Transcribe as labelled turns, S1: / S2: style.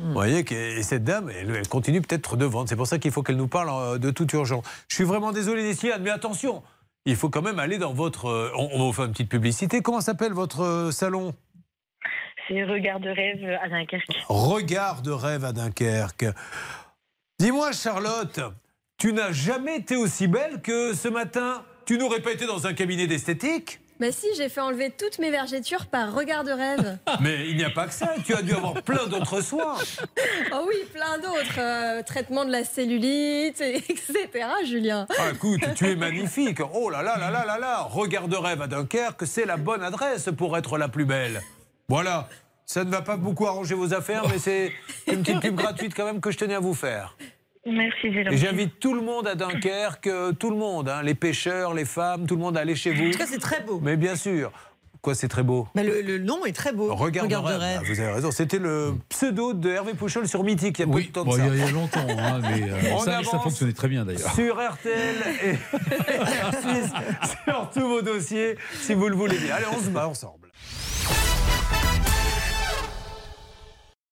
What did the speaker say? S1: voyez, et cette dame, elle, elle continue peut-être de vendre. C'est pour ça qu'il faut qu'elle nous parle euh, de toute urgence. Je suis vraiment désolé, Nesliane, mais attention, il faut quand même aller dans votre. euh, On, on va vous faire une petite publicité. Comment s'appelle votre euh, salon
S2: C'est Regard de rêve à Dunkerque.
S1: Regard de rêve à Dunkerque. Dis-moi, Charlotte, tu n'as jamais été aussi belle que ce matin. Tu n'aurais pas été dans un cabinet d'esthétique
S3: Mais si, j'ai fait enlever toutes mes vergetures par regard de rêve.
S1: Mais il n'y a pas que ça. Tu as dû avoir plein d'autres soins.
S3: Oh oui, plein d'autres. euh, traitement de la cellulite, et- etc. Julien.
S1: Ah, écoute, tu es magnifique. Oh là là là là là là. Regard de rêve à Dunkerque, c'est la bonne adresse pour être la plus belle. Voilà. Ça ne va pas beaucoup arranger vos affaires, mais c'est une petite pub gratuite quand même que je tenais à vous faire.
S2: Merci,
S1: Et
S2: Zélan.
S1: j'invite tout le monde à Dunkerque, euh, tout le monde, hein, les pêcheurs, les femmes, tout le monde à aller chez vous.
S4: tout cas, c'est très beau.
S1: Mais bien sûr. Quoi, c'est très beau.
S4: Bah, le, le nom est très beau.
S1: Regarde,
S4: Regard de
S1: rêve.
S4: rêve.
S1: Ah, Vous avez raison. C'était le pseudo de Hervé Pouchol sur Mythique il y a peu
S5: Oui,
S1: de temps
S5: bon,
S1: de
S5: il y
S1: ça.
S5: a- il y a longtemps, hein, mais euh,
S1: On
S5: ça, ça
S1: avance.
S5: fonctionnait très bien d'ailleurs.
S1: Sur RTL et, et sur tous vos dossiers, si vous le voulez bien. Allez, on se bat ensemble.